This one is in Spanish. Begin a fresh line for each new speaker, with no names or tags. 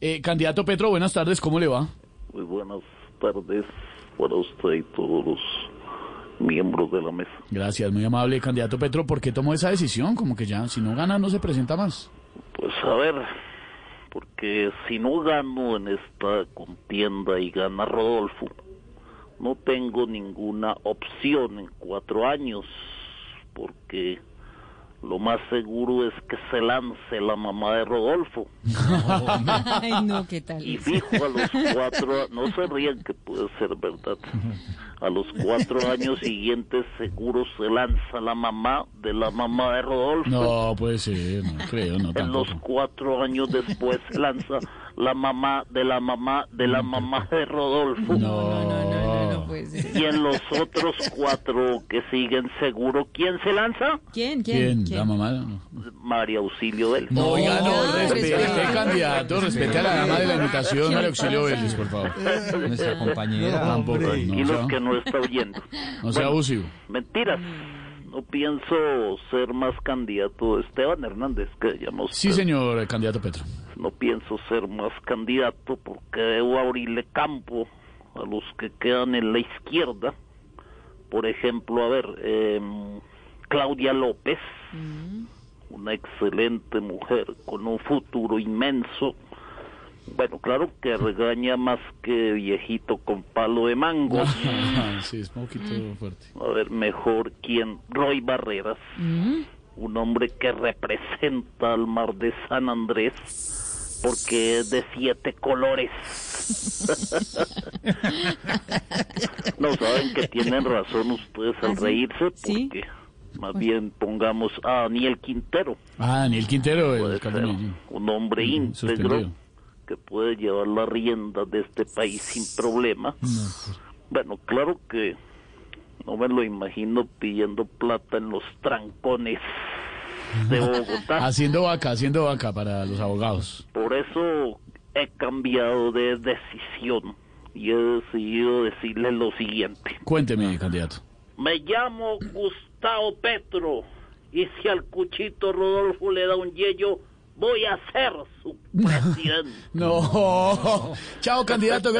Eh, candidato Petro, buenas tardes, ¿cómo le va?
Muy buenas tardes para usted y todos los miembros de la mesa.
Gracias, muy amable. Candidato Petro, ¿por qué tomó esa decisión? Como que ya, si no gana, no se presenta más.
Pues a ver, porque si no gano en esta contienda y gana Rodolfo, no tengo ninguna opción en cuatro años, porque lo más seguro es que se lance la mamá de Rodolfo.
Ay, no, ¿qué tal?
Y fijo a los cuatro, no se rían que puede ser verdad. A los cuatro años siguientes seguro se lanza la mamá de la mamá de Rodolfo.
No, pues sí, no creo, no
En los
tampoco.
cuatro años después lanza la mamá de la mamá de la mamá de Rodolfo.
No, no, no, no, no puede ser.
Y en los otros cuatro que siguen seguro, ¿quién se lanza?
¿Quién? ¿Quién?
¿Quién? ¿La mamá? No,
María Auxilio del
oiga, no,
no,
respete,
respete.
candidato, respete a la dama de la invitación, María Auxilio
pasa?
Vélez, por favor.
Nuestra compañera.
Tampoco,
Y
no
los que
sea,
no está oyendo.
no sea abusivo.
Mentiras. No pienso ser más candidato. Esteban Hernández, que llama usted.
Sí, señor eh, candidato Petro.
No pienso ser más candidato porque debo abrirle campo a los que quedan en la izquierda. Por ejemplo, a ver, em, Claudia López, una excelente mujer con un futuro inmenso. Bueno, claro que regaña más que viejito con palo de mango.
sí, es un poquito fuerte.
A ver, mejor quién, Roy Barreras,
Mm.
un hombre que representa al mar de San Andrés porque es de siete colores. no saben que tienen razón ustedes
¿Ah,
al
sí?
reírse porque
¿Sí?
más bien pongamos a Daniel Quintero,
Ah, Daniel Quintero,
puede
el alcalde de
ser
Medellín.
un hombre
Mm,
íntegro
suspendido.
que puede llevar la rienda de este país sin problema. Bueno, claro que no me lo imagino pidiendo plata en los trancones de Bogotá.
Haciendo vaca, haciendo vaca para los abogados.
Por eso he cambiado de decisión y he decidido decirle lo siguiente.
Cuénteme, candidato.
Me llamo Gustavo Petro y si al cuchito Rodolfo le da un yello, voy a ser su presidente.
No. Chao, candidato. Gracias.